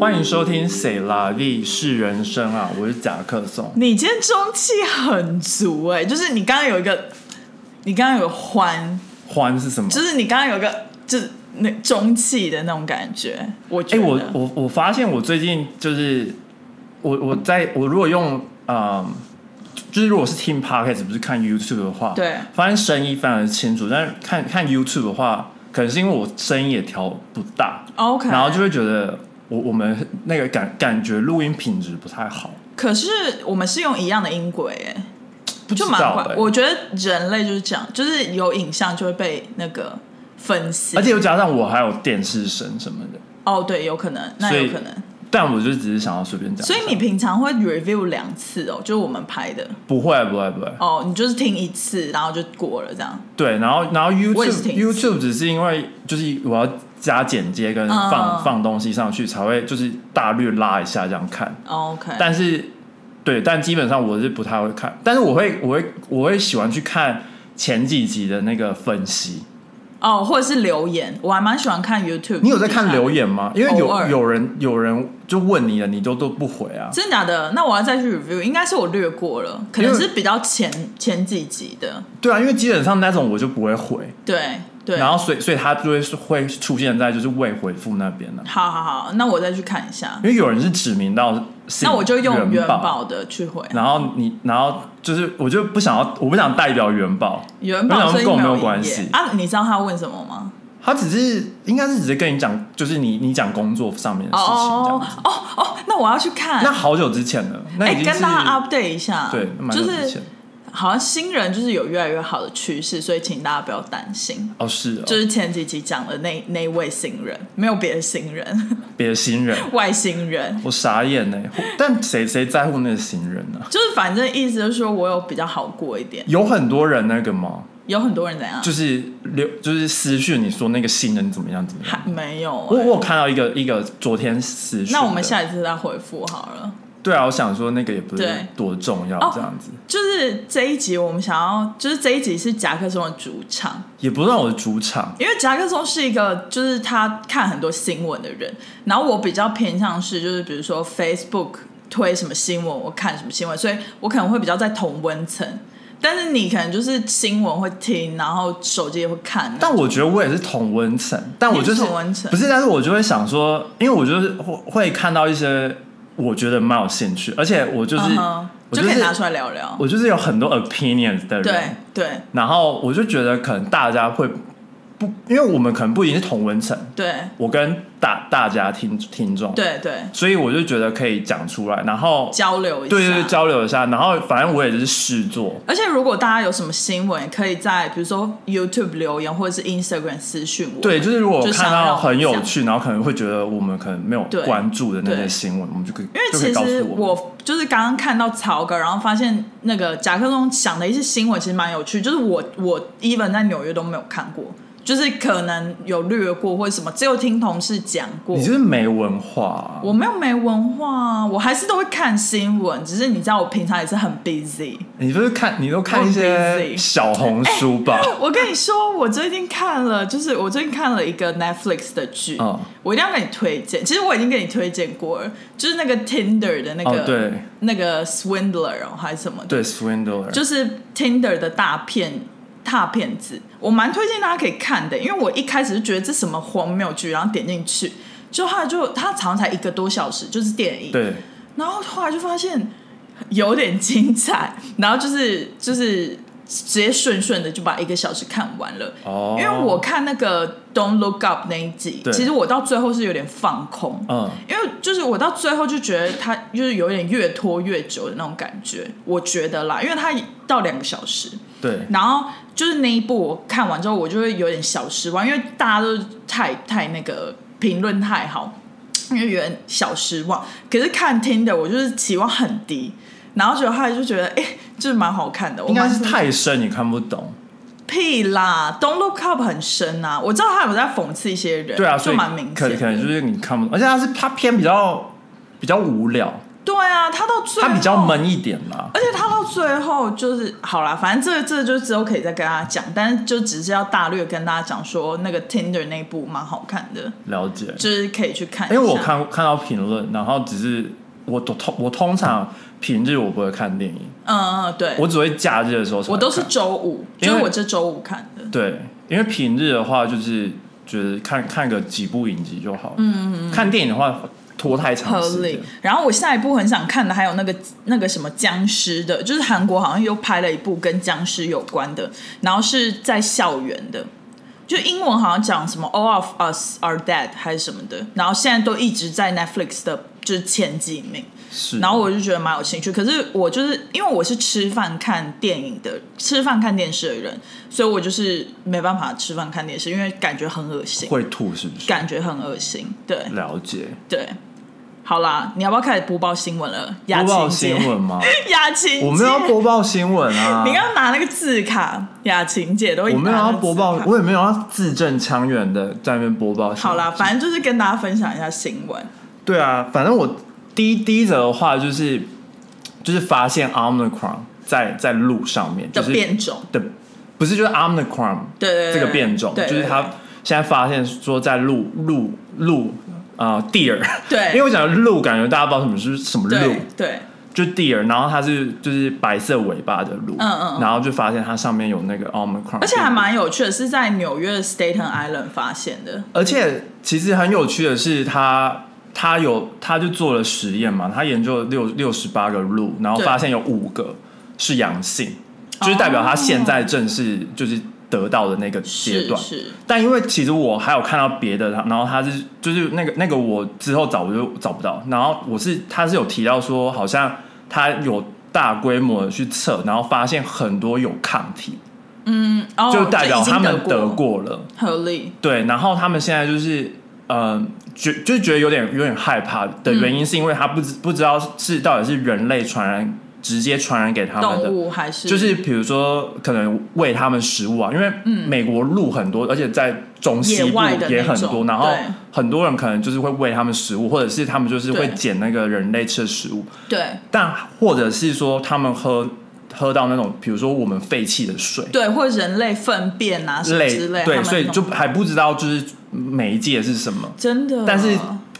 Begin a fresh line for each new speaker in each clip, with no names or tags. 欢迎收听《谁啦 V 是人生》啊，我是夹克松。
你今天中气很足哎、就是你刚刚有一个，你刚刚有欢，
欢是什么？
就是你刚刚有一个，就是那中气的那种感觉。我
哎、
觉得，
我我我发现我最近就是我我在我如果用嗯，就是如果是听 podcast 不是看 YouTube 的话，
对
发现声音非常的清楚，但是看看 YouTube 的话，可能是因为我声音也调不大
OK，
然后就会觉得我我们那个感感觉录音品质不太好，
可是我们是用一样的音轨哎、
不知
就蛮
道、
怪。
欸。
我觉得人类就是这样，就是有影像就会被那个分析。
而且又加上我还有电视声什么的，
哦，对，有可能，那
所以
有可能。
但我就只是想要随便讲一下。
所以你平常会 review 两次哦，就是我们拍的
不会不会不会，
哦，你就是听一次，然后就过了这样。
对，然后然后
我也
YouTube
是挺
YouTube 只是因为就是我要加剪接跟放、
嗯
放东西上去才会就是大略拉一下这样看，
哦 OK，
但是对，但基本上我是不太会看，但是我会我会我会喜欢去看前几集的那个分析。
哦，或者是留言，我还蛮喜欢看 YouTube。
你有在看留？言吗？因为
偶
有
尔
有人有人就问你了，你都都不回啊。
真假的？那我要再去 review，应该是我略过了，可能是比较前前几集的。
对啊，因为基本上那种我就不会回，
对对，
然后所以所以他就会会出现在就是未回复那边呢、啊
好好好，那我再去看一下。
因为有人是指名到信
那我就用
元
元
宝，
宝的去回
然后你，然后就是我就不想要，我不想代表元宝，
元
我
宝，
想
所以
跟我没有
赢
关
耶
系
啊！你知道他问什么吗？
他只是应该是只是跟你讲，就是你你讲工作上面的
哦
事情这样
哦
子。
哦哦，那我要去看。
那好久之前了，那
哎、
已经
跟
是、
大家 update 一下，
对，那蛮
就
久之前
是。好像新人就是有越来越好的趋势，所以请大家不要担心。
哦，是哦，
就是前几集讲的那那一位新人，没有别的新人，
别的新人，
外星人，
我傻眼呢。但谁谁在乎那个新人呢、
就是反正意思就是说我有比较好过一点。
有很多人那个吗？
有很多人怎样？
就是留，就是私讯你说那个新人怎么样怎么样
还。没有
我
欸、
我有看到一个一个昨天私讯的，
那我们下一次再回复好了。
对啊，我想说那个也不是
对
多重要
哦，
这样子、
就是这一集我们想要，就是这一集是夹克松的主场，
也不算我的主场。
因为夹克松是一个就是他看很多新闻的人，然后我比较偏向是就是比如说 Facebook 推什么新闻，我看什么新闻，所以我可能会比较在同温层。但是你可能就是新闻会听，然后手机也会看，
但我觉得我也是同温层，但我就是
你是同温层
不是，但是我就会想说，因为我就是会会看到一些我觉得蛮有兴趣，而且我就是、
嗯哼
我
就
就
可以
是
拿出来聊聊。
我就是有很多 opinions 的
对
人，
对
然后我就觉得可能大家会不，因为我们可能不一定是同温层，
对
我跟大大家听听众，
对对，
所以我就觉得可以讲出来，然后
交流一下。
对对对交流一下，然后反正我也就是试做，
而且如果大家有什么新闻，也可以在比如说 YouTube 留言或者是 Instagram 私讯我。
对，就是如果我
就
看
想让
到
我
很有
想
趣，然后可能会觉得我们可能没有
对
关注的那些
对
新闻，我们就可以因
因为其实我就是刚刚看到草稿，然后发现那个甲克松想的一些新闻其实蛮有趣，就是我我 even 在纽约都没有看过，就是可能有略过或者什么，只有听同事讲过
你。就是没文化啊、
我没有没文化啊，我还是都会看新闻，只是你知道我平常也是很 busy。
你就是看你都看一
我
些
busy
小红书吧？
我跟你说，我最近看了，就是我最近看了一个 Netflix 的剧，
嗯
我一定要给你推荐。其实我已经给你推荐过了，就是那个 Tinder 的那个、
哦，对
那个 Swindler 哦，还是什么的，
对，Swindler
就是 Tinder 的大骗大骗子，我蛮推荐大家可以看的，因为我一开始就觉得这什么荒谬剧，然后点进去，就后来就它长才一个多小时，就是电影，
对，
然后后来就发现有点精彩，然后就是就是直接顺顺的就把一个小时看完了。
哦，
因为我看那个《Don't Look Up》那一集
对，
其实我到最后是有点放空，
嗯，
因为就是我到最后就觉得他就是有点越拖越久的那种感觉，我觉得啦，因为他到两个小时，
对，
然后就是那一部我看完之后，我就会有点小失望，因为大家都太太那个评论太好，因为有点小失望。可是看 Tinder 我就是期望很低，然后结果后来就觉得，哎、就是蛮好看的。我
应该
蛮
是太深，你看不懂。
屁啦，Don't Look Up 很深啊，我知道他有在讽刺一些人，
对啊，所
就
以
蛮明
可
显
可
的。
能就是你看不懂，而且它是它偏比较比较无聊，
对啊，他到最后
他比较闷一点啦。
而且他到最后就是好啦，反正这个这个就之后可以再跟大家讲，但是就只是要大略跟大家讲说，那个 Tinder 那部蛮好看的，
了解，
就是啊可以去看一 下。
因为哎我看看到评论，然后只是我通我通常平日我不会看电影，
嗯嗯对，
我只会假日的时候才会看。
我都是周五，
因
就
为
是我这周五看的。
对，因为平日的话就是就是看看个几部影集就好。嗯嗯看电影的话拖太长
合
时间
理。。然后我下一部很想看的还有那个那个什么僵尸的，就是韩国好像又拍了一部跟僵尸有关的，然后是在校园的，就英文好像讲什么 “All of us are dead” 还是什么的，然后现在都一直在 Netflix 的就是前几名。
是，
然后我就觉得蛮有兴趣。可是我就是因为我是吃饭看电影的，吃饭看电视的人，所以我就是没办法吃饭看电视，因为感觉很恶心，
会吐是不是？
感觉很恶心。对
了 解。
对，好啦，你要不要开始播报新闻了？
播
雅
报
琴
新
姐，
闻吗？
雅琴姐，
我没有要播报新闻啊
你。要拿那个字卡，雅琴姐都会
我没有
拿那
要
个
播
字
报
卡，
我也没有要字正腔圆的在那边播报新闻。
好啦，反正就是跟大家分享一下新闻。
对啊，反正我第一第一则的话就是就是发现 Omicron 在在路上面，就
的
是
变种，
的不是就是 Omicron
对对对
这个变种，
对对
就是他
对
现在发现说在路路路啊、呃、deer，
对
因为我讲的鹿，感觉大家不知道什么是什么鹿
对，对，
就 deer，然后它是就是白色尾巴的鹿，
嗯嗯嗯
然后就发现它上面有那个 Omicron，
而且还
病毒
蛮有趣的，是在纽约的 Staten Island 发现的。
而且其实很有趣的是他。他有，他就做了实验嘛，他研究了六六十八个鹿，然后
对
发现有五个是阳性，就是代表他现在正是就是得到的那个阶
哦是
段。
是，
但因为其实我还有看到别的，然后他是就是那个那个我之后找我就找不到，然后我是他是有提到说好像他有大规模的去测，然后发现很多有抗体，
嗯，哦、
就代表
已经
他们
得
得，过了。
合理，
对，然后他们现在就是呃，觉就是觉得有点有点害怕的原
嗯
因，是因为他不知不知道是到底是人类传染直接传染给他们
动
的。
物还是
就是比如说，可能喂他们食物啊，因为美国鹿很多，而且在中西
嗯野
部
外的
也很
那
多，
种
然后
对
很多人可能就是会喂他们食物，或者是他们就是会
对
捡那个人类吃的食物，
对
但或者是说他们喝喝到那种，比如说我们废弃的水，
对，或者人类粪便啊什么之类，他
对，
们
所以
弄
就还不知道就是媒介是什么，
真的，
但是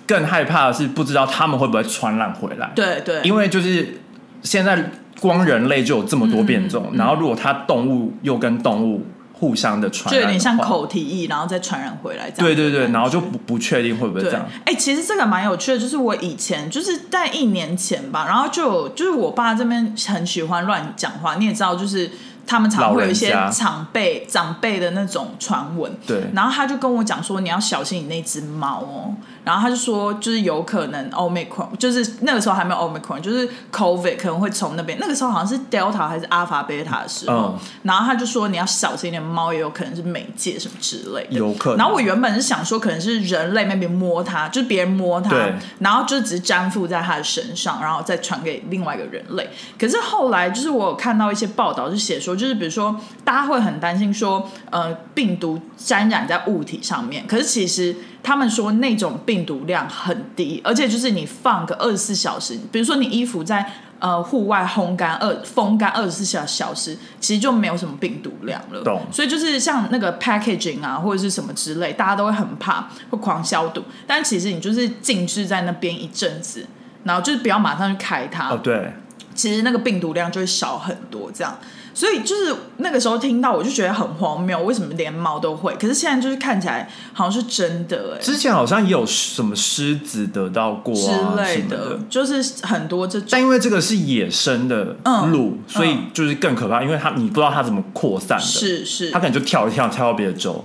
更害怕的是不知道他们会不会传染回来，
对对，
因
为
为就是现在光人类就有这么多变
嗯
种，然后如果它动物又跟动物互相的传
就
染，
有点像，口蹄疫，然后再传染回来这样，
对对对，然后就不不确定会不会这
对，
样
哎，、其实这个蛮有趣的，就是我以前就是在一年前吧，然后就有就是我爸这边很喜欢乱讲话，你也知道，就是他们常会有一些
老人家
长辈长辈的那种传闻，
对
然后他就跟我讲说你要小心你那只猫哦，然后他就说就是有可能 omicron，就是那个时候还没有 omicron，就是 covid 可能会从那边，那个时候好像是 delta 还是 alpha beta 的时候，
嗯
然后他就说你要小心一点，猫也有可能是媒介什么之类的，
有可能
然后我原本是想说，可能是人类 maybe 摸它，就是别人摸它
对，
然后就只是粘附在它的身上，然后再传给另外一个人类。可是后来就是我有看到一些报道，是写说，就是比如说大家会很担心说，呃，病毒沾染在物体上面，可是其实。他们说那种病毒量很低，而且就是你放个二十四小时，比如说你衣服在呃户外烘干二风干二十四小小时，其实就没有什么病毒量了。
懂
所以就是像那个 packaging 啊，或者是什么之类，大家都会很怕，会狂消毒。但其实你就是静置在那边一阵子，然后就是不要马上去开它，
哦，对，
其实那个病毒量就会少很多。这样，所以就是那个时候听到，我就觉得很荒谬，为什么连猫都会？可是现在就是看起来好像是真的哎、
之前好像也有什么狮子得到过啊
之
什
类
么的。
就是很多这种
但因为这个是野生的
嗯
鹿，所以
嗯
就是更可怕，因为它你不知道它怎么扩散的，
是哦是
他可能就跳一跳，跳到别的州，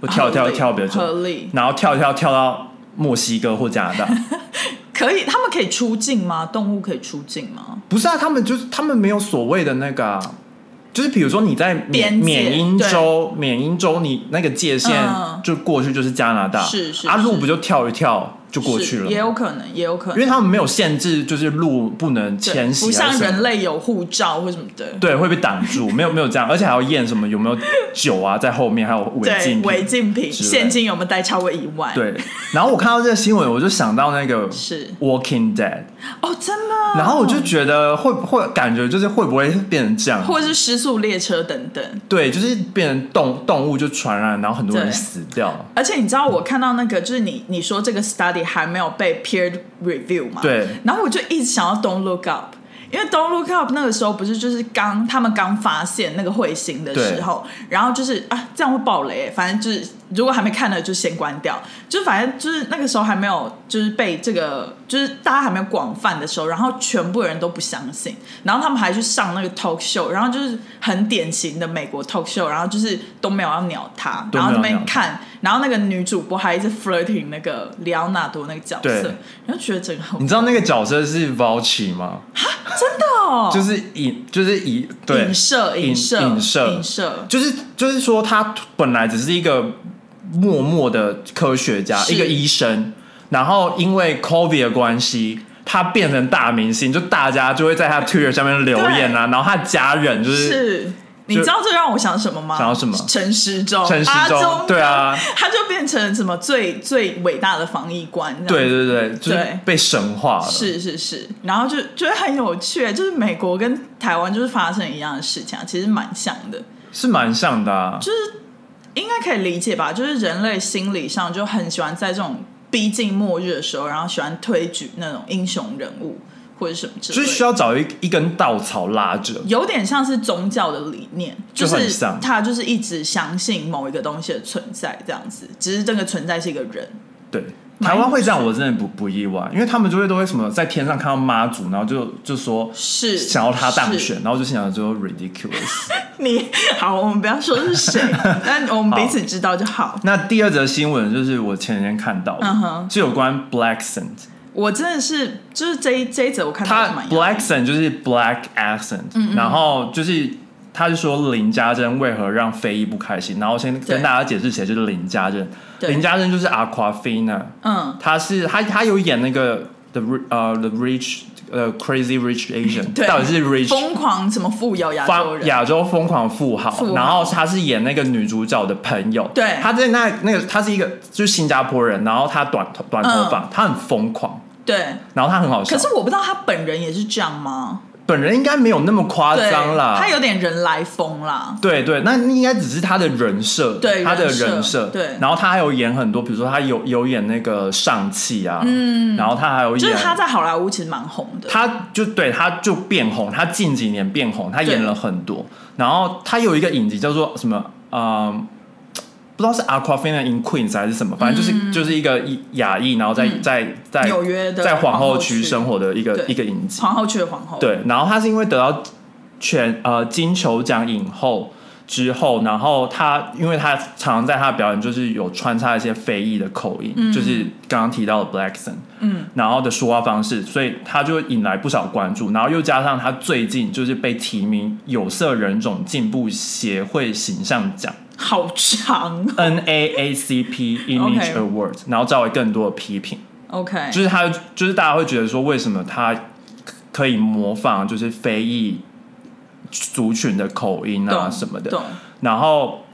或跳一跳
合理
跳到别的州，
合理
然后跳一跳跳到墨西哥或加拿大。
可以，他们可以出境吗？动物可以出境吗？
不是啊，他们就是他们没有所谓的那个、啊，就是比如说你在缅
边界
缅因州，缅因州你那个界限
嗯
就过去就是加拿大，
是是
啊，
是
鹿不就跳一跳就过去了
是也。有可能，也有可
因为
能，
他们没有限制，就是路不能迁徙，
不像人
类，
类有护照或什么的，
对，会被挡住，没有没有这样，而且还要验什么有没有酒啊在后面，还有违
对
禁品
违禁品、
之类
现金有没有带超过一万？，
对，然后我看到这个新闻，我就想到那个
是
Walking Dead，
哦，真的哦。
然后我就觉得会会感觉就是会不会变成这样？
或者是失速列车等等。
对，就是变成动动物就传染，然后很多人
对
死掉。
而且你知道，我看到那个就是你你说这个 study 还没有被 peer review 嘛？
对。
然后我就一直想要 don't look up，因为 don't look up 那个时候不是就是刚他们刚发现那个彗星的时候，然后就是啊这样会爆雷，反正就是如果还没看的就先关掉，就反正就是那个时候还没有就是被这个就是大家还没有广泛的时候，然后全部人都不相信，然后他们还去上那个 talk show，然后就是很典型的美国 talk show，然后就是都没有要鸟他，
都
然
没有
后
要
那
鸟他
边看，然后那个女主播还一直 flirting 那个里奥纳多那个角色
对，
然后觉得整个很
你知道那个角色是 Volchi 吗？
真的哦，
就是以就是以对
影射
影
射
影
影
射
射
就是就是说，他本来只是一个默默的科学家，
是
一个医生，然后因为 COVID 的关系，他变成大明星，就大家就会在他 Twitter 下面留言啊，然后他家人就是
是。你知道这让我想什么吗？
想到什么
陈时中，
陈时
哦阿
中，对，啊，
他就变成什么最最伟大的防疫官，这
对
样，
对对，就是
对
被神化了，
是是是，然后就觉得很有趣，就是美国跟台湾就是发生一样的事情啊，其实蛮像的，
是蛮像的、啊，
应该可以理解吧？就是人类心理上就很喜欢在这种逼近末日的时候，然后喜欢推举那种英雄人物或者什么之类
就
的，
是需要找一一根稻草拉着，
有点像是宗教的理念，
就很
是
像
他就是一直相信某一个东西的存在，这样子，只是这个存在是一个人，
对。
蛮
台湾会这样，我真的不不意外，因为他们就会都会什么在天上看到妈祖，然后就就说
是
想要他当。
是
选，然后就心想说 ridiculous。
你好，我们不要说 是谁，但我们彼此知道就好。
那第二则新闻就是我前几天看到的，
嗯哼
是有关 Blackson，
我真的是，就是这一这一则我看到
他
是蛮
Blackson 就是 black accent，然
嗯
后就是他就说林家珍为何让非裔不开心，然后先
对
跟大家解释谁就是林家珍，
对
林家珍就是 Aquafina，
嗯，
他是他他有演那个 the Ri- 呃、the rich 呃 crazy rich Asian，
对
到底是 rich
疯狂什么富有亚洲
发
人，
亚洲疯狂富豪，
富豪
然后他是演那个女主角的朋友，
对
他在那那个他是一个就是新加坡人，然后他短头短头发，他很疯狂，
对。
然后他很好笑
嗯可，是我不知道他本人也是这样吗？
本人应该没有那么夸
对，
张啦，
他有点人来疯啦。
对对，那应该只是他的人设，
对
他的
人设
人设，
对
然后他还有演很多，比如说他有有演那个上气啊，嗯，然后他还有演，
就是他在好莱坞其实蛮红的，
他就对，他就变红，他近几年变红，他演了很多。然后他有一个影集叫做什么？嗯，不知道是 Aquafina in Queens 还是什么，反正就是、就是一个亚裔，然后在、在在
嗯纽约的
在皇后
皇
区
后区
生活的一个
对
一个影集。
皇后区的皇后。
对，然后他是因为得到全呃金球奖影后之后，然后他因为他常常在他的表演就是有穿插一些非裔的口音，就是刚刚提到的 Blackson，嗯，然后的说话方式，所以他就引来不少关注，然后又加上他最近就是被提名有色人种进步协会形象奖。
好长。
呃 NAACP Image
OK
Award，、然后招来更多的批评，
OK，
就是他就是大家会觉得说，为什么他可以模仿就是非裔族群的口音啊
懂
什么的，
懂
然后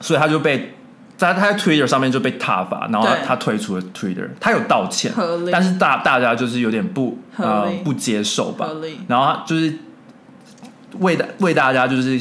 所以他就被在他在 Twitter 上面就被踏伐，然后他
对
他退出了 Twitter，他有道歉
合，理
但是大大家就是有点不呃
合理
不接受吧
合理，
然后他就是为大为大家就是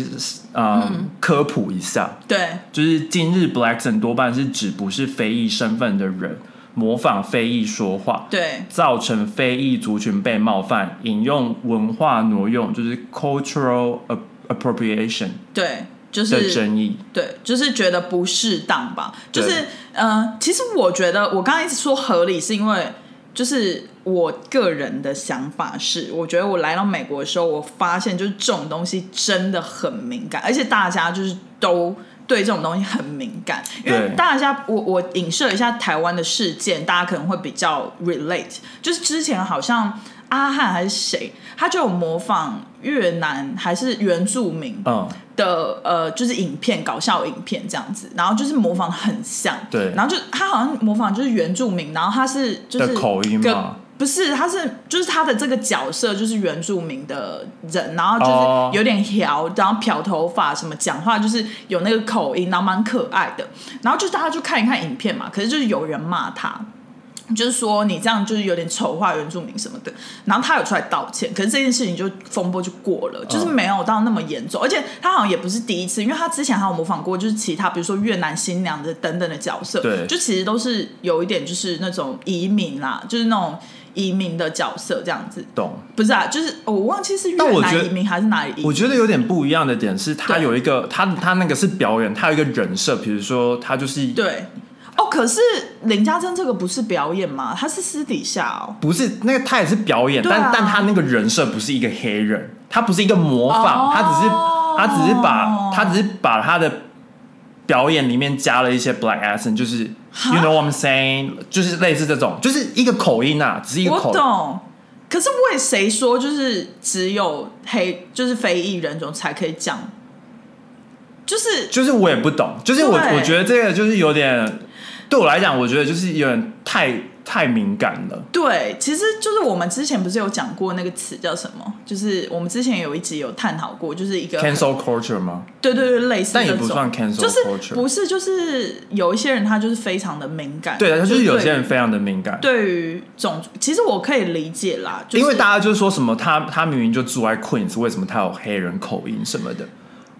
呃、
嗯
科普一下，
对
就是今日 Blackson 多半是指不是非裔身份的人模仿非裔说话，
对
造成非裔族群被冒犯，引用文化挪用，就是 cultural app- appropriation
对，就
的
是
争议。
对，就是觉得不适当吧。就
对
是呃，其实我觉得我刚才一直说合理，是因为就是我个人的想法是，我觉得我来到美国的时候，我发现就是这种东西真的很敏感，而且大家就是都。对这种东西很敏感，因为
对
大家，我我影射一下台湾的事件，大家可能会比较 relate。就是之前好像阿汉还是谁，他就有模仿越南还是原住民
嗯，
的呃，就是影片搞笑影片这样子，然后就是模仿得很像，
对
然后就他好像模仿就是原住民，然后他是就是
的口音
个
嘛
不是，他是就是他的这个角色就是原住民的人，然后
哦
就是有点摇，然后漂头发，什么讲话就是有那个口音，然后蛮可爱的，然后就大家就看一看影片嘛，可是就是有人骂他，就是说你这样就是有点丑化原住民什么的，然后他有出来道歉，可是这件事情就风波就过
嗯
了，就是没有到那么严重，而且他好像也不是第一次，因为他之前还有模仿过，就是其他比如说越南新娘的等等的角色，
对
就其实都是有一点就是那种移民啦，就是那种移民的角色这样子，
懂。
不是啊，就是、哦我忘记是
但
越
我觉
南
得
移民还是哪里移
我
民，
觉得有点不一样的点是，他
对
有一个他他那个是表演，他有一个人设，比如说他就是
对，哦，可是林家珍这个不是表演吗？他是私底下哦。
不是那个他也是表演，
对啊
但但他那个人设不是一个黑人，他不是一个模仿，
哦
他只是他只是把他只是把他的表演里面加了一些 black accent，就是 you know what I'm saying，就是类似这种，就是一个口音啊，只是一个
我
口音。
懂，可是为谁说就是只有黑就是非裔人种才可以讲？就是
就是我也不懂，就是我
对
我觉得这个就是有点，对我来讲，我觉得就是有点太太敏感了。
对，其实就是我们之前不是有讲过那个词叫什么？就是我们之前有一集有探讨过，就是一个
cancel culture 吗？
对对对类似这
但
种，
也不算 cancel
就是
culture
不是就是有一些人他就是非常的敏感，
对，就是有些
对于
人非常的敏感，
对于种族，其实我可以理解啦，就是、
因为大家就是说什么他他明明就住在 Queens，为什么他有黑人口音什么的？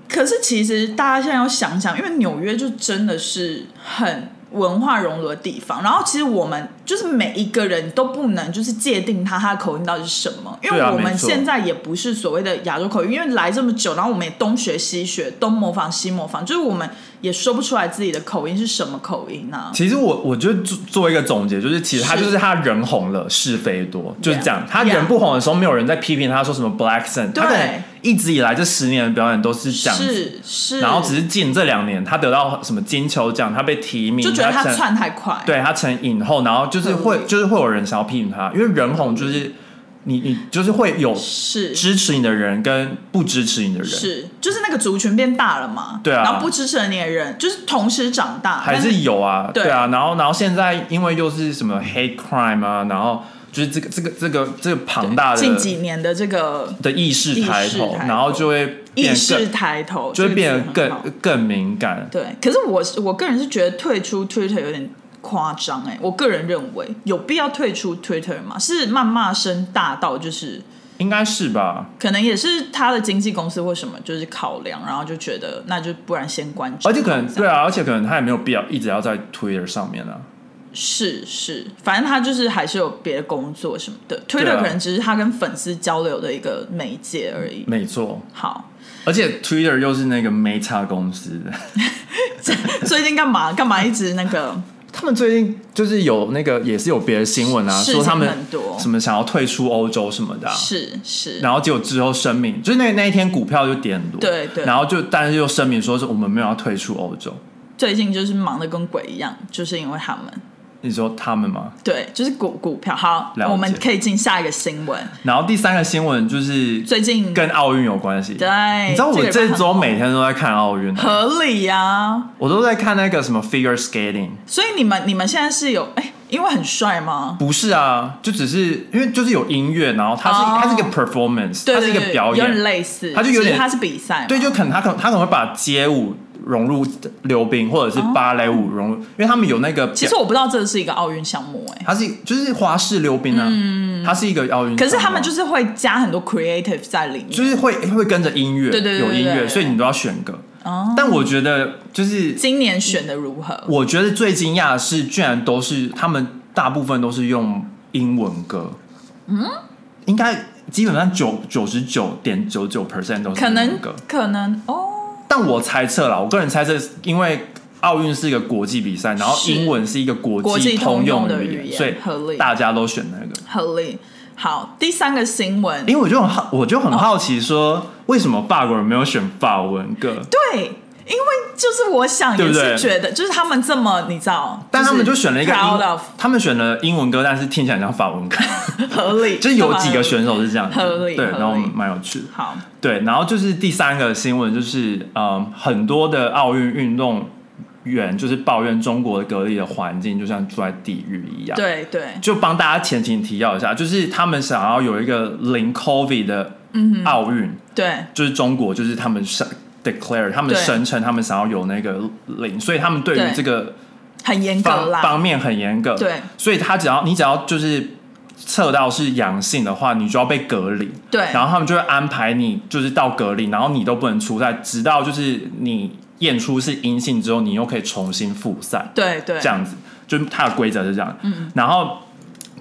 可是其实大家现在要想想，因为纽约就真的是很文化融合的地方。然后其实我们就是每一个人都不能就是界定他他的口音到底是什么，因为
对啊
我们
没错
现在也不是所谓的亚洲口音，因为来这么久，然后我们也东学西学，东模仿西模仿，就是我们也说不出来自己的口音是什么口音啊。
其实我我觉得做做一个总结，就是其实他
是
就是他人红了，是非多，就是这样。
Yeah，
他
yeah
人不红的时候，没有人在批评他说什么 black accent，
对
他可能一直以来这十年的表演都是这样子。
是是，
然后只是近这两年，他得到什么金球奖，他被提名，
就觉得他
成
窜太快，
对他成影后，然后就是会
对
就是会有人想要批评他，因为人红就是你你就是会有
是
支持你的人跟不支持你的人，
是，就是那个族群变大了嘛，
对啊
然后不支持你的人就是同时长大，
还
但是
是有啊，
对
对啊，然后然后现在因为又是什么 hate crime 啊，然后就是这个这个这个这个庞大的
近几年的这个
的意识抬
意
头
识抬，头
然后就会
意
变
识
更
抬头，
就会
这个
变
字
得
很好
更更敏感，
对。可是我是我个人是觉得退出 Twitter 有点夸张哎，我个人认为有必要退出 Twitter 吗？是谩骂声大到就是
应该是吧？
可能也是他的经纪公司或什么就是考量，然后就觉得那就不然先关注。
而且可能对啊，而且可能他也没有必要一直要在 Twitter 上面啊。
是是，反正他就是还是有别的工作什么的。
对
Twitter
啊
可能只是他跟粉丝交流的一个媒介而已。
没错，
好，
而且 Twitter 又是那个 Meta 公司的，
最近干嘛干嘛一直那个
他们最近就是有那个也是有别的新闻啊，
事
说他
情
们
很多
什么想要退出欧洲什么的、啊，
是是
然后结果之后声明，就是那那一天股票就跌很多，
对对
然后就但是又声明说是我们没有要退出欧洲。
最近就是忙得跟鬼一样，就是因为他们。
你说他们吗？
对，就是股股票。好
了，解
我们可以进下一个新闻。
然后第三个新闻就是
最近
跟奥运有关系，
对
你知道我
这个礼
这
拜很
周
红
每天都在看奥 运啊，
合理呀、
我都在看那个什么 figure skating，
所以你们你们现在是有哎，因为很帅吗？
不是啊，就只是因为就是有音乐，然后它是、
哦
它是一个 performance，
对
它是
对
一
对，
个表
有点
演，
类似，
它就有点
只是它是比赛嘛，
对，就可能他可能他可能会把街舞融入溜冰或者是芭蕾舞融入，因为他们有那个表
其实我不知道这是一个奥运项目哎、
它是就是华式溜冰啊，它是一个奥运项目啊，
嗯可是他们就是会加很多 creative 在里面，
就是会会跟着音乐，
对对对对
有音
对哦
乐，
对
所以你都要选个。但我觉得就是
今年选的如何？
我觉得最惊讶的是，居然都是他们大部分都是用英文歌，嗯，应该基本上九九十九点九九 percent 都是
可
英
能
文歌。
可能哦，
但我猜测啦，我个人猜测，因为奥运是一个国际比赛，然后
是
英文是一个国
国际
际
通用
用
的
语
语言
所
合理
以大家都选那个。
合理。好，第三个新闻，哦
因为我就很好，我就很好奇说，为什么法国人没有选法文歌？
对，因为就是我想
对
也
不对
是觉得，就是他们这么你知道，
但他们就选了一个
p r o
英
of，
他们选了英文歌，但是听起来像法文 歌，
合理，
就是有几个选手是这样子
合理
对，
合理
然后蛮有趣的。
好，
对，然后就是第三个新闻，就是嗯，很多的奥运运动员就是抱怨中国的隔离的环境就像住在地狱一样。，
对对，
就帮大家前情提要一下，就是他们想要有一个零 COVID 的
嗯
奥运，
对
就是中国就是他们声 declare，他们
对
声称他们想要有那个零，所以他们对于
对
这个
很严格
方
啦，
方面很严格。
对，
所以他只要你只要就是测到是阳性的话，你就要被隔离。
对
然后他们就会安排你就是到隔离，然后你都不能出赛，直到就是你验出是阴性之后，你又可以重新复赛。
对对，
这样子，就是它的规则是这样。嗯，然后。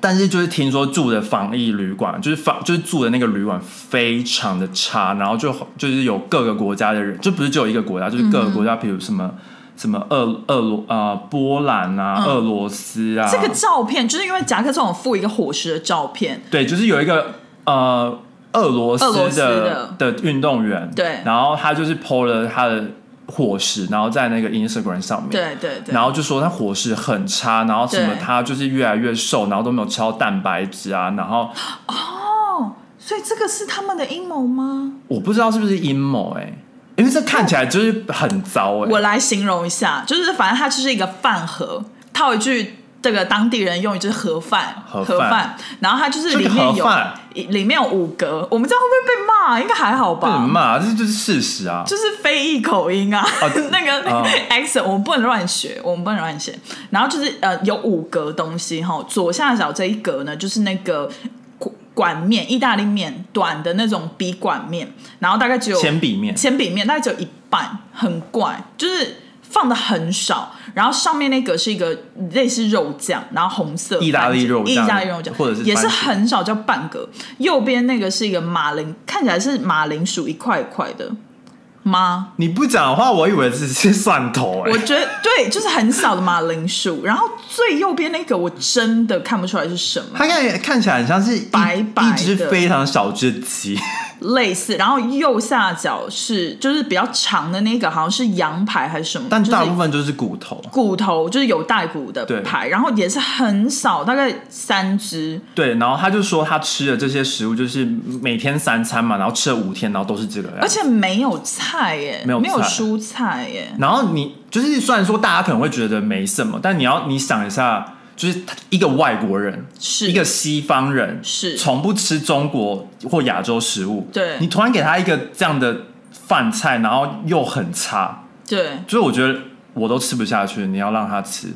但是就是听说住的防疫旅馆，就是防就是住的那个旅馆非常的差，然后就就是有各个国家的人，就不是只有一个国家，就是各个国
嗯
家，比如什么什么俄俄罗啊、波兰啊、
嗯
俄罗斯啊，
这个照片就是因为夹克这种附一个伙食的照片，
对，就是有一个呃俄罗斯
俄罗斯
的
的
的运动员，
对
然后他就是 PO 了他的伙食，然后在那个 Instagram 上面，
对对对，
然后就说他伙食很差，然后什么
对
他就是越来越瘦，然后都没有吃到蛋白质啊，然后
哦所以这个是他们的阴谋吗？
我不知道是不是阴谋哎，因为这看起来就是很糟哎、
我来形容一下，就是反正它就是一个饭盒，套一句这个当地人用语就是盒饭，
盒饭
饭，然后它就是
这
里
个
面
盒
有
饭
里面有五格，我们这样会不会被骂？应该还好
不能
吧。
骂，这就是事实啊。
就是非裔口音啊，
哦
那个
哦
accent、我们不能乱学，我们不能乱写。然后就是呃，有五格东西哈，左下角这一格呢，就是那个管管面，意大利面短的那种笔管面，然后大概只有
铅笔面，
铅笔面大概只有一半，很怪，就是放的很少。然后上面那个是一个类似肉酱，然后红色
意大利
番茄
肉
意
酱
大利肉酱，
或者是
也是
番茄
很少，叫半格。右边那个是一个马铃，看起来是马铃薯一块一块的 吗？
你不讲的话，我以为只是蒜头哎、
我觉得对，就是很少的马铃薯。然后最右边那个我真的看不出来是什么，
它看看起来很像是一
白白
一
的
只非常小只的鸡，
类似。然后右下角是就是比较长的那个，好像是羊排还是什么，
但
就是
大部分就是骨头。
骨头就是有带骨的
对
排，然后也是很少，大概三只。
对，然后他就说他吃的这些食物就是每天三餐嘛，然后吃了五天，然后都是这个样子
而且没有菜耶，
没有
没有
菜
蔬菜耶，
然后你就是虽然说大家可能会觉得没什么，但你要你想一下，就是一个外国人，
是
一个西方人，
是
从不吃中国或亚洲食物，
对
你突然给他一个这样的饭菜，然后又很差，
对
就是我觉得我都吃不下去，你要让他吃，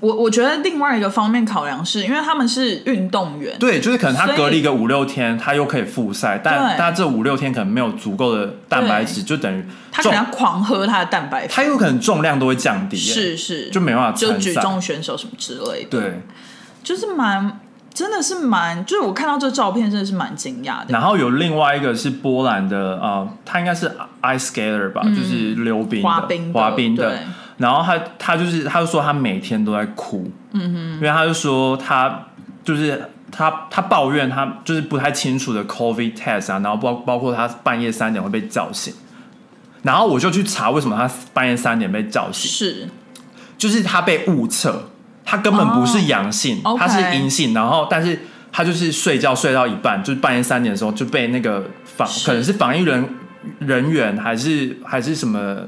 我我觉得另外一个方面考量是因为他们是运动员，
对，就是可能他
所以
隔离个五六天，他又可以复赛，但
对
但这五六天可能没有足够的蛋白质，就等于
他可
重
能，要狂喝他的蛋白粉，
他有可能重量都会降低，
是是，
就没办法
就
参
举
赛
重选手什么之类的，
对。
就是蛮真的是蛮，就是我看到这照片真的是蛮惊讶的，
然后有另外一个是波兰的，呃，他应该是 ice skater 吧，就是溜冰的
嗯滑冰的
滑冰的
对。
然后他他就是他就说他每天都在哭，嗯哼，因为他就说他就是他他抱怨他就是不太清楚的 COVID test 啊，然后包包括他半夜三点会被叫醒。然后我就去查为什么他半夜三点被叫醒，
是
就是他被误测，他根本不是阳性，
哦，OK
他是阴性，然后但是他就是睡觉睡到一半，就是半夜三点的时候就被那个防
是
可能是防疫人人员还是还是什么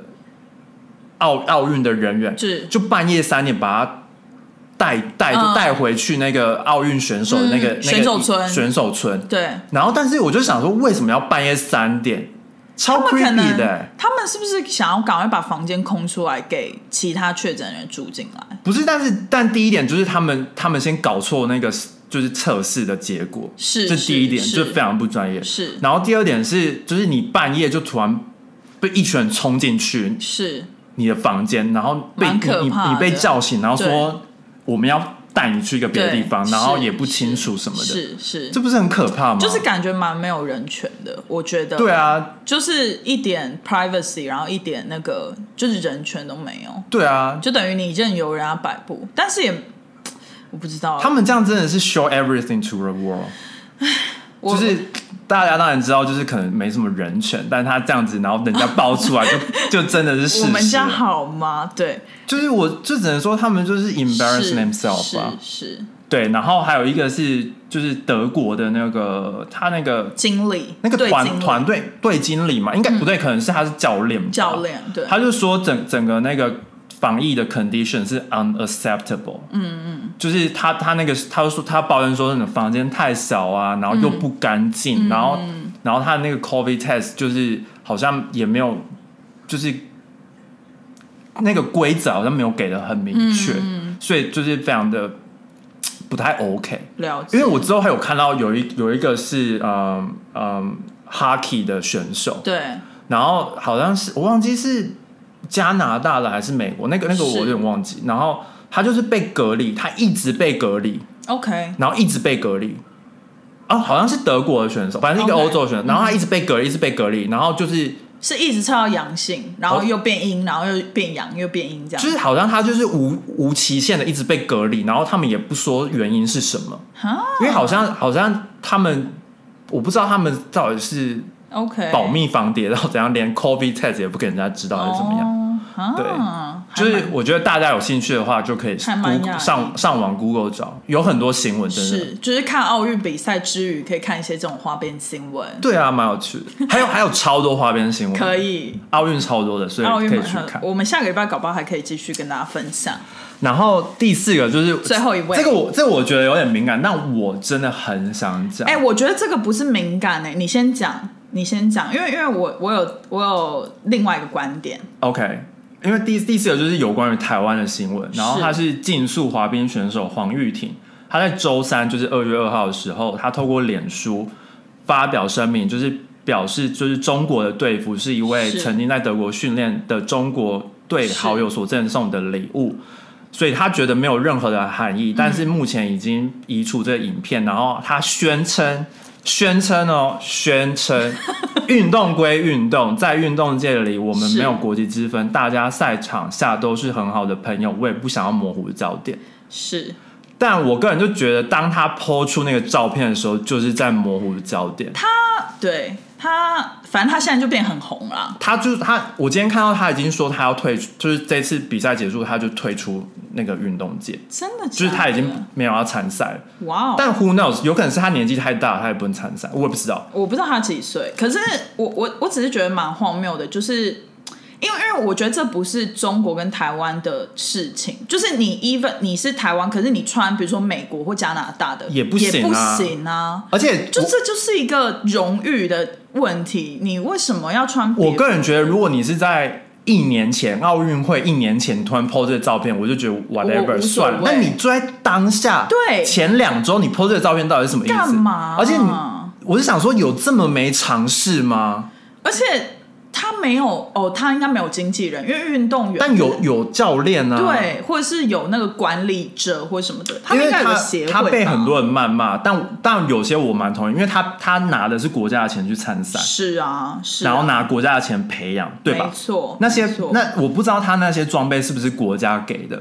奥奥运的人员，
是
就半夜三点把他。带带
嗯
带回去那个奥运选手的那个、
嗯
那个
选手村
选手村，
对。
然后但是我就想说，为什么要半夜三点？超
他们可
creepy
能
的、
他们是不是想要赶快把房间空出来给其他确诊人住进来？
不是，但是但第一点就是他们他们先搞错那个就是测试的结果，
是
这
是
第一点，
是
就非常不专业。
是
然后第二点是，就是你半夜就突然被一群人冲进去
是，
你的房间，然后被
蛮
你
可
你
怕的
你被叫醒，然后
对
说我们要带你去一个别的地方，
对
然后
是
也不清楚什么的，
是是，
这不是很可怕吗？
就是感觉蛮没有人权的，我觉得。
对，啊，
就是一点 privacy，然后一点那个就是人权都没有，
对啊，
就等于你任由人家摆布，但是也我不知道啊，
他们这样真的是 show everything to the world，
我
就是大家当然知道，就是可能没什么人权，但他这样子，然后人家爆出 来就，就真的是事实。
我们家好吗？对，
就是我就只能说他们就是 embarrass
是
themselves 啊。
是是
对，然后还有一个是就是德国的那个他那个
经理
那个
对
团
经理嗯
团队啊队经理嘛，应该不对，可能是他是教练吧
教练对，
他就说整整个那个防疫的 condition 是 unacceptable，嗯嗯，就是他他那个他就说他抱怨说那种房间太小啊，然后又不干净，然后然后他的那个 covid test 就是好像也没有，就是那个规则好像没有给的很明确，所以就是非常的不太 OK。
了解，
因为我之后还有看到有一有一个是嗯嗯 hockey 的选手，
对
然后好像是我忘记是加拿大的还是美国，那个那个我有点忘记。然后他就是被隔离，他一直被隔离，
OK
然后一直被隔离。哦，好像是德国的选手，反正是一个
OK
欧洲的选手。然后他一直被隔离，一直被隔离，然后就是
是一直测到阳性，然后
好
又变阴，然后又变阳，又变阴这样，
就是好像他就是无无期限的一直被隔离，然后他们也不说原因是什么，
啊
因为好像好像他们我不知道他们到底是
OK
保密防谍到怎样，连 COVID test 也不给人家知道还是怎么样。
样？啊、
对
还
就是
蛮
我觉得大家有兴趣的话，就可以
还蛮
Google
讶异
上上网 Google 找，有很多新闻，真的。
是就是看奥运比赛之余，可以看一些这种花边新闻，
对啊，蛮有趣的。还有还有超多花边新闻，
可以。
奥运超多的，所
奥
以
运
可以
蛮
去看。
我们下个礼拜搞不好还可以继续跟大家分享。
然后第四个就是
最后一位
这个我这个我觉得有点敏感，但我真的很想讲。
哎、我觉得这个不是敏感哎、你先讲，你先讲，因为因为我我有我有另外一个观点，
OK，因为第第四个就是有关于台湾的新闻，然后
是
他是竞速滑冰选手黄玉婷，他在周三就是二月二号的时候，他透过脸书发表声明，就是表示就是中国的队服是一位
是
曾经在德国训练的中国队
是
好友所赠送的礼物。所以他觉得没有任何的含义，但是目前已经移除这个影片，然后他宣称。宣称哦，宣称 运动归运动，在运动界里我们
是
没有国籍之分，大家赛场下都是很好的朋友，我也不想要模糊焦点。
是
但我个人就觉得，当他抛出那个照片的时候，就是在模糊焦点。他
对他，反正他现在就变很红啦。
他就是他，我今天看到他已经说他要退出，就是这次比赛结束他就退出那个运动界，
真的假的，
就是他已经没有要参赛了。
哇哦！
但 who knows，有可能是他年纪太大，他也不能参赛，我也不知道。
我不知道他几岁，可是我我我只是觉得蛮荒谬的，就是。因为，因为我觉得这不是中国跟台湾的事情，就是你 even 你是台湾，可是你穿比如说美国或加拿大的
也不行啊
也不行啊
而且
就
我
这就是一个荣誉的问题，你为什么要穿别？
我个人觉得，如果你是在一年前奥运会一年前突然 PO 这个照片，我就觉得 whatever
无所谓
算了。但你就在当下，
对
前两周你 PO 这个照片到底是什么意思？
干嘛啊
而且你，我是想说，有这么没尝试吗？
而且他没有哦，他应该没有经纪人，因为运动员
但有有教练啊，，
对，或者是有那个管理者或什么的，他
因
们
为
应该有
他
个协会吧
他被很多人谩骂，但但有些我蛮同意，因为他他拿的是国家的钱去参赛，
是啊，是啊
然后拿国家的钱培养，对吧
没？错，
那些
没错
那我不知道他那些装备是不是国家给的，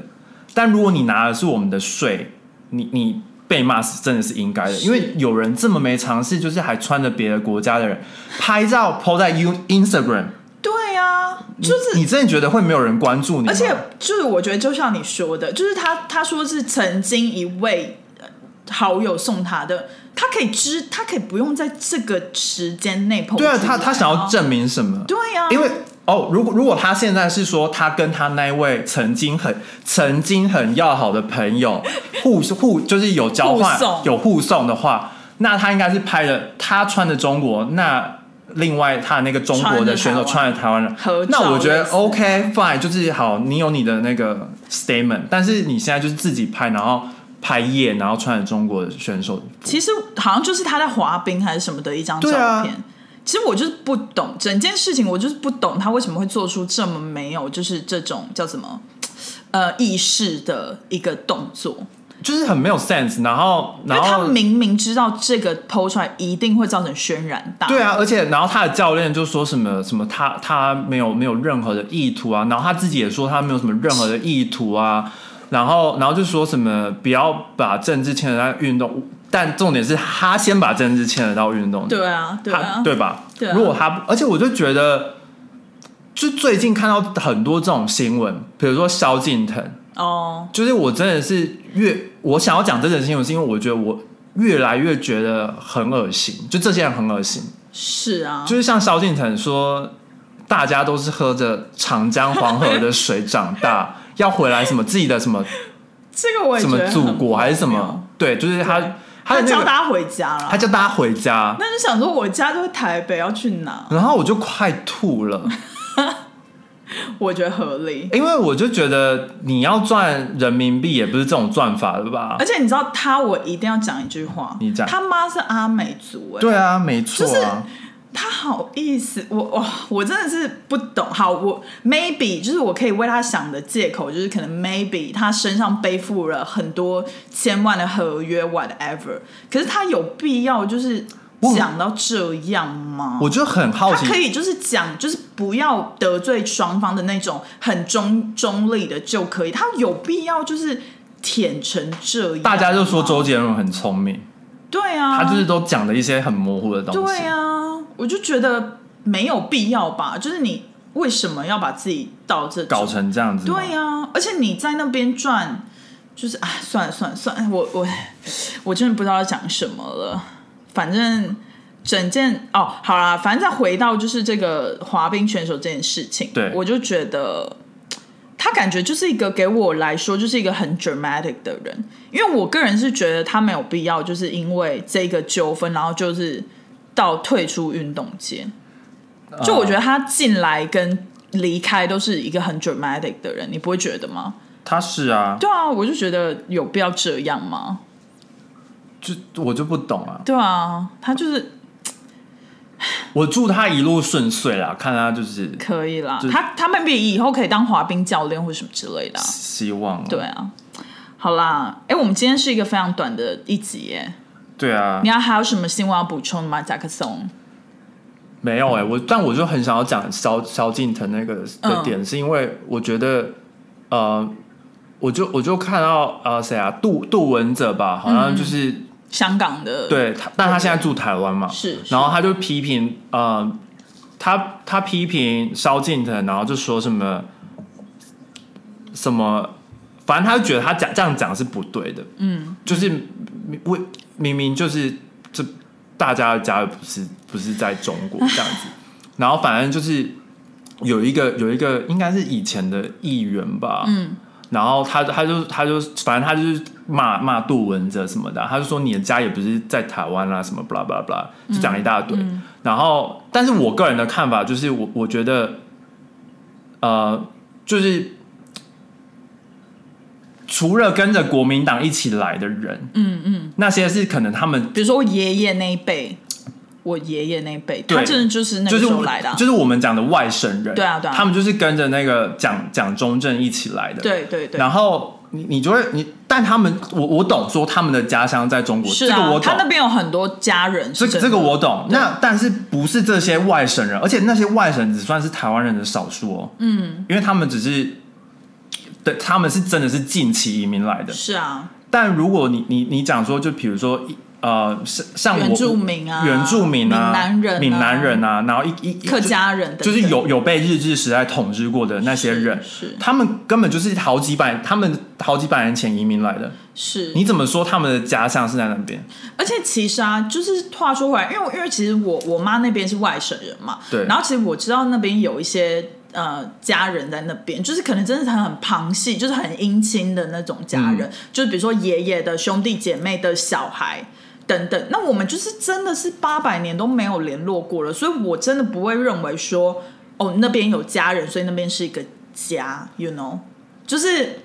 但如果你拿的是我们的税，你你被骂是真的是应该的，
是
因为有人这么没尝试，就是还穿着别的国家的人拍照 PO 在 You Instagram，
对啊，就是
嗯你真的觉得会没有人关注你吗？
而且就是我觉得，就像你说的，就是他他说是曾经一位呃好友送他的，他可以知，他可以不用在这个时间内碰。
对啊，他他想要，证明什么？
对啊，
因为哦，如果如果他现在是说他跟他那一位曾经很曾经很要好的朋友互互就是有交换
互送
有互送的话，那他应该是拍的他穿的中国，那另外他那个中国的选手穿
穿
的台湾人
合，照
那我觉得
类似
OK fine，就是好，你有你的那个 statement，但是你现在就是自己拍，然后拍夜，然后穿着中国的选手，
其实好像就是他在滑冰还是什么的一张照
对啊
片。其实我就是不懂整件事情，我就是不懂他为什么会做出这么没有就是这种叫什么呃意识的一个动作。
就是很没有 sense，然后
因
然
为他
后
明明知道这个剖出来一定会造成轩然大
对啊，而且然后他的教练就说什么什么他他没有没有任何的意图啊，然后他自己也说他没有什么任何的意图啊，然后然后就说什么不要把政治牵扯在运动，但重点是他先把政治牵扯到运动，
对啊，对啊
他，对吧？
对啊
如果他不，而且我就觉得，就最近看到很多这种新闻，比如说萧敬腾，
哦，
就是我真的是越我想要讲这种新闻，是因为我觉得我越来越觉得很恶心，就这些人很恶心，
是啊，
就是像萧敬腾说，大家都是喝着长江黄河的水长 大，要回来什么自己的什么
这个我也
什
觉
么
得
祖国
很
还是什
荒谬
么，对，就是他
对
他
他
的那
叫
个
大家回家了，
他叫大家回家，
那就想说我家就是台北，要去哪？
然后我就快吐了，
我觉得合理。
因为我就觉得你要赚人民币也不是这种赚法的吧
而？且你知道他，我一定要讲一句话，
你讲
他妈是阿美族哎、
对啊，没错啊，
他好意思，我哇，我真的是不懂。好，我 maybe 就是我可以为他想的借口，就是可能 maybe 他身上背负了很多千万的合约，whatever。可是他有必要就是
我
讲到这样吗？
我就很好
他
奇
可，以就是讲，就是不要得罪双方的那种很中中立的就可以。他有必要就是舔成这样吗？
大家就说周杰伦很聪明，
对啊，
他就是都讲了一些很模糊的东西
对，啊，我就觉得没有必要吧。就是你为什么要把自己到这种
搞成这样子吗，
对啊，而且你在那边赚，就是哎，算了算了算了，我我我真的不知道要讲什么了。反正整件哦，好啦，反正再回到就是这个滑冰选手这件事情，
对
我就觉得他感觉就是一个给我来说就是一个很 dramatic 的人，因为我个人是觉得他没有必要，就是因为这个纠纷，然后就是到退出运动界。
呃
啊就我觉得他进来跟离开都是一个很 dramatic 的人，你不会觉得吗？
他是啊，
对啊，我就觉得有必要这样吗？
就我就不懂啊，
对啊，他就是
我祝他一路顺遂啦，看他就是
可以啦
就，
他他们比以后可以当滑冰教练或什么之类的啊、
希望啊
对啊，好啦，哎，我们今天是一个非常短的一集耶，
对啊
你，要还有什么新闻要补充吗？贾克松，
没有哎、我但我就很想要讲萧萧敬腾那个的点，是因为我觉得呃，我就我就看到呃谁啊，杜杜文泽吧，好像就是、
香港的，，
对啊他，但他现在住台湾嘛，
是
然后他就批评呃，他他批评萧敬腾，然后就说什么什么，反正他就觉得他讲这样讲是不对的，
嗯，
就是明为明明就是这大家的家不是不是在中国这样 子，然后反正就是有一个有一个应该是以前的议员吧，
嗯，
然后他他就他就反正他就是骂骂杜文泽什么的，他就说你的家也不是在台湾啊啦、什么 blah blah blah，就讲一大堆。
嗯
然后，但是我个人的看法就是我我觉得，呃，就是除了跟着国民党一起来的人，
嗯嗯，
那些是可能他们
比如说我爷爷那一辈，我爷爷那一辈，
对
他真的就是那
就
个
是
时
我
候来的啊、
就是我们讲的外省人，
对啊对啊
他们就是跟着那个蒋蒋中正一起来的，
对对对。
然后你你就会你，但他们我我懂说他们的家乡在中国，
是
这
啊，
个我
他
懂
那，边有很多家人
这
是
个
真的，
这个我懂。那但是不是这些外省人，而且那些外省只算是台湾人的少数哦，
嗯，
因为他们只是，对，他们是真的是近期移民来的。
是啊，
但如果你你你讲说，就比如说一呃，像像我
原住民啊，
原住民啊，
闽南人、
闽南人，啊，然后一一
客家人等等，
就是有有被日治时代统治过的那些人，
是
他们根本就是好几百，他们好几百年前移民来的。
是
你怎么说他们的家乡是在那边？
而且其实啊，就是话说回来，因为我因为其实我我妈那边是外省人嘛，
对
然后其实我知道那边有一些呃家人在那边，就是可能真的是很旁系，就是很姻亲的那种家人，就是比如说爷爷的兄弟姐妹的小孩。等等，那我们就是真的是八百年都没有联络过了，所以我真的不会认为说，哦，那边有家人，所以那边是一个家，you know，就是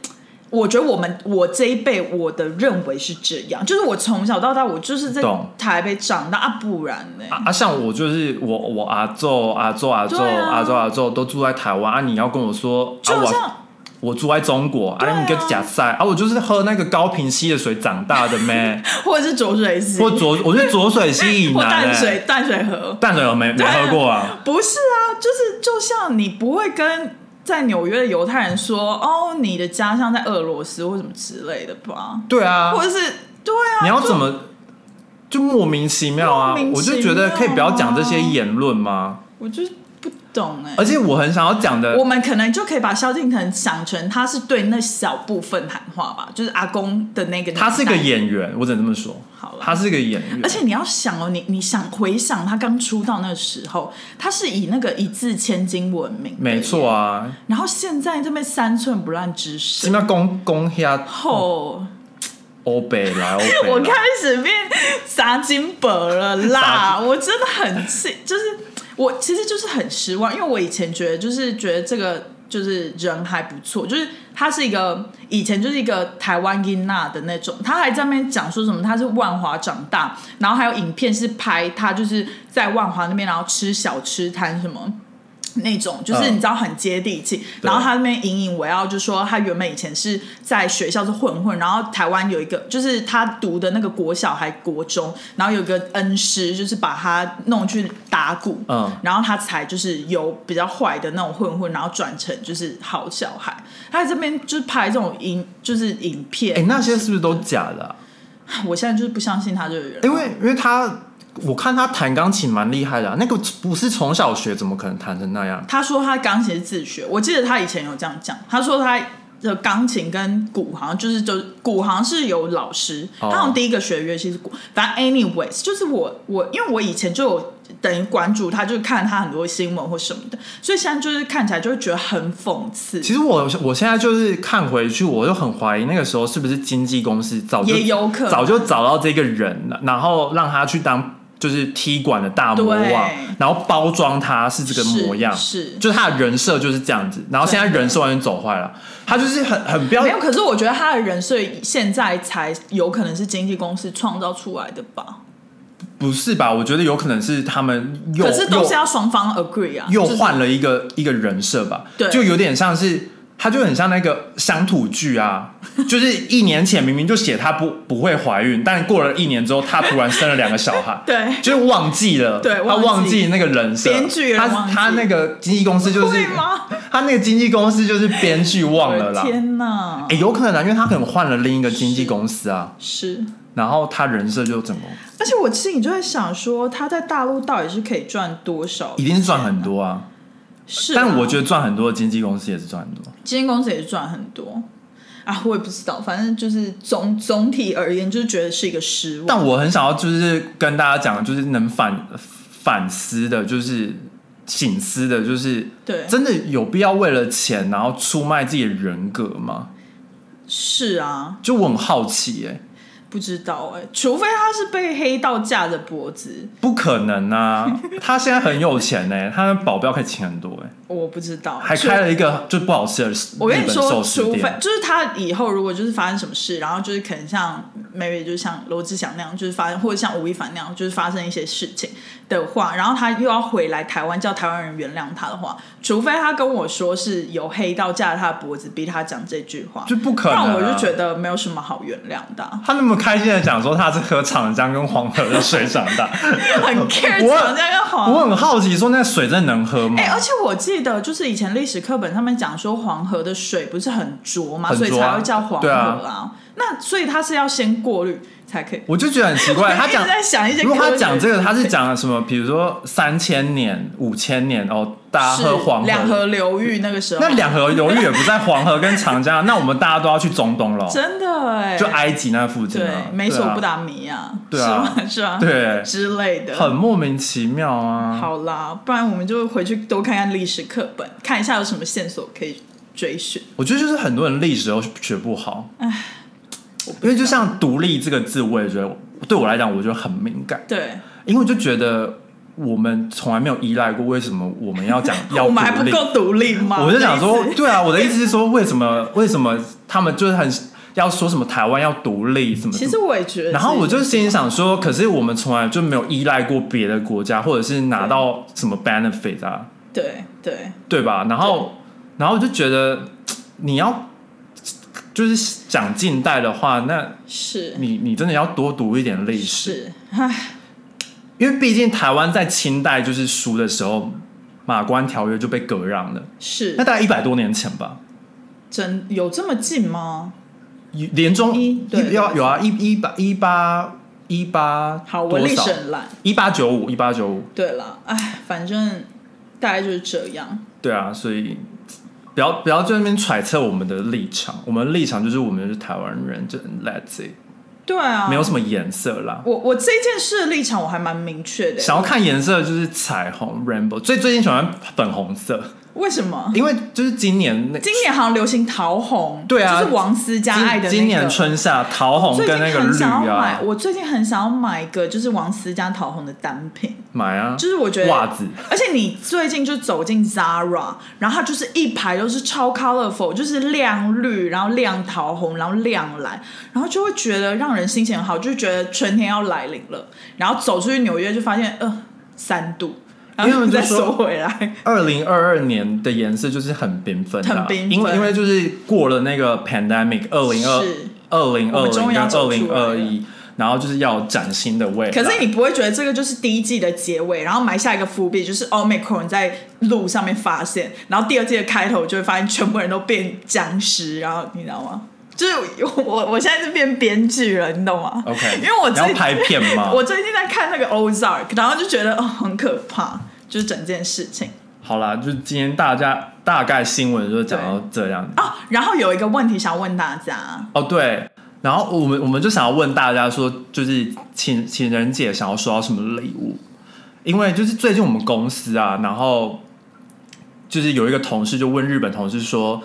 我觉得我们我这一辈我的认为是这样，就是我从小到大我就是在
懂
台北长大，啊、不然呢、
啊，啊像我就是我我阿昼阿昼阿昼
对啊
阿昼阿昼都住在台湾啊，你要跟我说啊
就
我。
像
我住在中国，
对啊
啊，你跟假赛啊，我就是喝那个高平溪的水长大的 咩？
或者是浊水溪，
或浊，我是浊水溪 以
或
南、欸，
淡水淡水河，
淡水我没没喝过啊，
不是啊，就是就像你不会跟在纽约的犹太人说，哦，你的家乡在俄罗斯或什么之类的吧，
对啊，
或者是对啊，
你要
就
怎么？就莫名其妙啊！
莫名其妙啊
我就觉得可以不要讲这些言论吗？
我就不懂哎、
而且我很想要讲的
我，们可能就可以把萧敬腾想成他是对那小部分喊话吧，就是阿公的那个年代。
他是个演员，我只能这么说
好啦，
他是个演员，
而且你要想哦，你你想回想他刚出道那个时候，他是以那个一字千金闻名，
没。错啊，
然后现在这边三寸不烂之
什
舌，
么公公下
吼！
欧北来欧北来，
我开始变撒金箔了啦！ 我真的很气，就是我其实就是很失望，因为我以前觉得就是觉得这个就是人还不错，就是他是一个以前就是一个台湾音娜的那种，他还在那边讲说什么他是万华长大，然后还有影片是拍他就是在万华那边，然后吃小吃摊什么。那种就是
嗯
你知道很接地气，
对
然后他那边引以为傲，就说他原本以前是在学校是混混，然后台湾有一个就是他读的那个国小还国中，然后有一个恩师就是把他弄去打鼓，
嗯
然后他才就是由比较坏的那种混混，然后转成就是好小孩。他在这边就是拍这种影就是影片，
哎、那些是不是都假的啊、
我现在就是不相信他这个人，
因为因为他，我看他弹钢琴蛮厉害的、啊，那个不是从小学，怎么可能弹成那样？
他说他钢琴是自学，我记得他以前有这样讲，他说他的钢琴跟鼓好像就是就鼓好像是有老师，
哦
他好像第一个学的乐器是鼓，反正 anyways 就是我我因为我以前就有等于关注他，就是看他很多新闻或什么的，所以现在就是看起来就会觉得很讽刺
其，实我我现在就是看回去，我就很怀疑那个时候是不是经纪公司早就
也有可能
早就找到这个人了，然后让他去当就是踢馆的大魔王
对，
然后包装他是这个模样，
是。是
就是他的人设就是这样子，然后现在人设完全走坏了，他就是很很不要
没有，可是我觉得他的人设现在才有可能是经纪公司创造出来的吧？
不是吧？我觉得有可能是他们又
可是都
又
是要双方 agree 啊，
又
就是
换了一个一个人设吧，
对，
就有点像是，他就很像那个乡土剧啊，就是一年前明明就写她不不会怀孕，但过了一年之后，她突然生了两个小孩
对，
就是忘记了，
对
他
忘记
忘记那个人设，
编剧也
他
忘记
他那个经纪公司就是
会，吗？
他那个经纪公司就是编剧忘了啦
我的，天哪！
哎、有可能啊，因为他可能换了另一个经纪公司啊，
是，
然后他人设就整个
而且我心里就在想说，他在大陆到底是可以赚多少？
一定是赚很，多啊，
是、
但我觉
得
得赚很多的经纪公司也是赚很多。
今天公司也是赚很多啊，我也不知道，反正就是总总体而言，就是觉得是一个失望。
但我很想要就是跟大家讲，就是能反反思的，就是醒思的，就是
对，
真的有必要为了钱然后出卖自己的人格吗？
是啊，
就我很好奇、欸，
不知道哎、除非他是被黑道架着脖子，
不可能 啊！他现在很有钱呢、他的保镖可以请很多、欸，
我不知道，
还
除
开了一个就不好吃的日
我跟你
本寿
说，
司
除非
店。
就是他以后如果就是发生什么事，然后就是可能像 maybe 就像罗志祥那样，就是发生或者像吴亦凡那样，就是发生一些事情的话，然后他又要回来台湾叫台湾人原谅他的话，除非他跟我说是有黑道架着他的脖子逼他讲这句话，
就不可
不
能、啊，
然我就觉得没有什么好原谅的啊、
他那么开心的讲说他是喝长江跟黄河的水长大，
很
呃
care
我
讲这样就好啊
我很好奇说那水真的能喝吗？
哦哎、而且我记得，就是以前历史课本上面讲说，黄河的水不是很浊嘛，
很浊
所
啊
以才会叫黄河
对啊
那所以它是要先过滤才可以。
我就觉得很奇 怪，他
一
讲
直在想一些，
如果他讲这个，他是讲什么？比如说三千年、五千年哦，大家
是
喝黄
两
河，
河流域那个时候，
那两河流域也不在黄河跟长 江，那我们大家都要去中东了，
真的哎、
就埃及那附近
对
啊，，
美索
对
不
啊
达米亚，
对啊
是吧？是吧？
对，
之类的。
很莫名其妙啊。
好啦，不然我们就回去多看看历史课本，看一下有什么线索可以追寻。
我觉得就是很多人历史都学不好，因为就像“独立”这个字，我也觉得对我来讲，我觉得很敏感，
对，
因为我就觉得我们从来没有依赖过，为什么我们要 讲要
我们还
独
不
立？
够独立吗？
我就想说
这一，次
对啊，我的意思是说，为什么为什么他们就是很要说什么台湾要独立什么
其
什
实
么？
我也觉得，
然后我就心里想说，可是我们从来就没有依赖过别的国家，或者是拿到什么 benefit 啊，
对对，
对吧？然后，然后我就觉得你要就是讲近代的话，那
是
你你真的要多读一点历史，
是，唉，
因为毕竟台湾在清代就是输的时候，马关条约就被割让了，那
是
大概一百多年前吧。
真有这么近吗？
年中
一对
要有啊，一一八一八一一八
好，我历史很烂。
一八九五一八九五，
对了，哎，反正大概就是这样。
对啊，所以不要不要在那边揣测我们的立场，我们的立场就是我们是台湾人，就 Let's it，
对啊，
没有什么颜色啦。
我我这件事的立场我还蛮明确的。
想要看颜色就是彩虹 rainbow，最最近喜欢粉红色，
为什么？
因为就是今年那
今年好像流行桃红，
对啊
就是王思佳爱的、那个
今今年春夏桃红
最
跟
近
那个
很
绿
想要
啊
买，，我最近很想要买一个就是王思佳桃红的单品，
买啊，
就是我觉得
袜子，
而且你最近就走进 Zara，然后它就是一排都是超 colorful，就是亮绿，然后亮桃红，然后亮蓝，然后就会觉得让人心情很好，就觉得春天要来临了。然后走出去纽约就发现，呃，三度，然
因为
后
我就
再
说
缩回来。
二零二二年的颜色就是很缤纷的啊、
很缤纷
因为因为就是过了那个 pandemic 二零二
是
二零
我
二零
们终于
跟
要
二
走
零
出来了
二一，然后就是要崭新的未来。
可是你不会觉得这个就是第一季的结尾，然后埋下一个伏笔，就是 Omicron 在路上面发现，然后第二季的开头就会发现全部人都变僵尸，然后你知道吗？就是我我我现在是变编剧了，你懂吗
OK，
因为我
你
最
要拍片吗？
我最近在看那个 Ozark，然后就觉得哦很可怕，就是整件事情
好啦，就是今天大家大概新闻就讲到这样。
哦。然后有一个问题想问大家，
哦，对，然后我们我们就想要问大家说，就是情情人节想要收到什么礼物？因为就是最近我们公司啊，然后就是有一个同事就问日本同事说，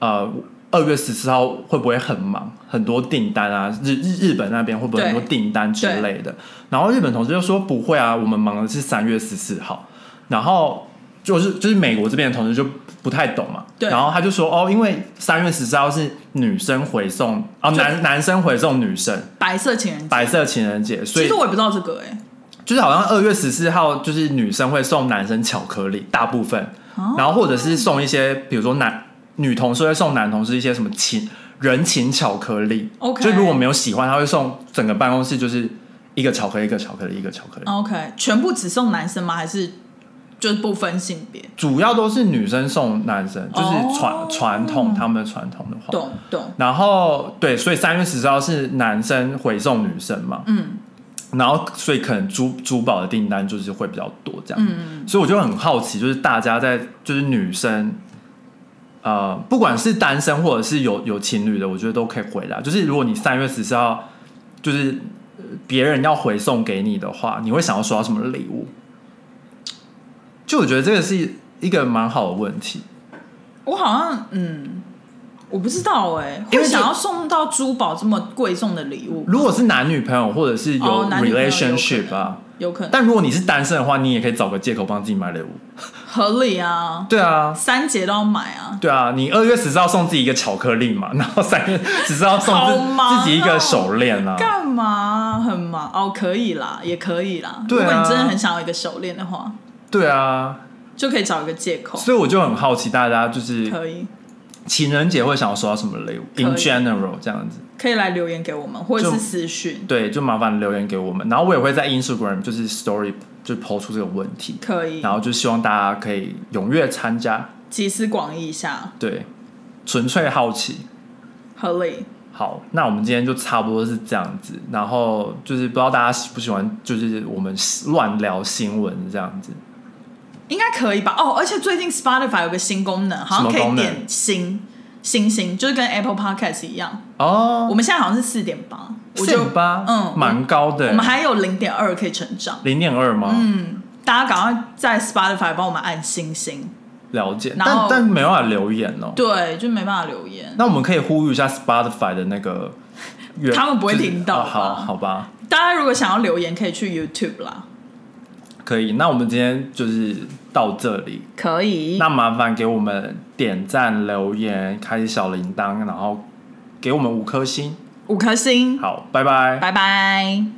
呃，二月十四号会不会很忙，很多订单啊，日日日本那边会不会很多
对
订单之
对
类的？然后日本同事就说不会啊，我们忙的是三月十四号。然后就是就是美国这边的同事就不太懂嘛，
对
然后他就说哦，因为三月十四号是女生回送哦，
就
男男生回送女生
白色情人节，
白色情人节，所
其
以
实我也不知道这个哎、
就是好像二月十四号就是女生会送男生巧克力，大部分，
哦
然后或者是送一些比如说男女同事会送男同事一些什么情人情巧克力
OK
就如果没有喜欢，他会送整个办公室就是一个巧克力，一个巧克力，一个巧克力。
OK，全部只送男生吗？还是就是不分性别？
主要都是女生送男生，就是传、
哦
传统他们的传统的话。
懂懂，
然后对，所以三月十号是男生回送女生嘛，
嗯
然后所以可能珠珠宝的订单就是会比较多这样。
嗯，
所以我就很好奇，就是大家在就是女生，呃，不管是单身或者是有有情侣的，我觉得都可以回答。就是如果你三月十四号就是呃别人要回送给你的话，你会想要收到什么礼物？就我觉得这个是一个蛮好的问题。
我好像嗯，我不知道哎、
因为就
会想要送到珠宝这么贵重的礼物，
如果是男女朋友或者是有
哦男女朋友有可能
relationship 啊，
有可能
但如果你是单身的话，你也可以找个借口帮自己买礼物。
合理啊，
对啊，
三节都要买啊，
对啊，你二月十四号送自己一个巧克力嘛，然后三月十四号送自、
好忙哦
自己一个手链啊。
干嘛？很忙哦，可以啦，也可以啦。
对啊
如果你真的很想要一个手链的话，
对啊，
就可以找一个借口，
所以我就很好奇，大家就是
可以
情人节会想要收到什么礼物
可以
？In general 这样子，
可以来留言给我们，或者
就是
私讯，
对，就麻烦留言给我们，然后我也会在 Instagram 就是 Story 就抛出这个问题，
可以
然后就希望大家可以踊跃参加，
集思广益一下，
对，纯粹好奇。
合理。
好，那我们今天就差不多是这样子，然后就是不知道大家喜不喜欢，就是我们乱聊新闻这样子。
应该可以吧？哦，而且最近 Spotify 有个新功能，好像可
什么功
以
能
点星星星，就是跟 Apple Podcast 一样。
哦
我，们现在好像是四点八，我就
四八，
嗯
蛮高的
我们，还有零点二可以成长。
零点二吗？嗯，
大家赶快在 Spotify 帮我们按星星，
了解，
然
但
后
但没办法留言哦。
对，就没办法留言。
那我们可以呼吁一下 Spotify 的那 个原，
他们不会
就是
听到
哦
吧
好，好吧，
大家如果想要留言，可以去 YouTube 啦，
可以。那我们今天就是到这里，
可以
那麻烦给我们点赞、留言、开启小铃铛，然后给我们五颗星。
五颗星，
好，拜拜。
拜拜。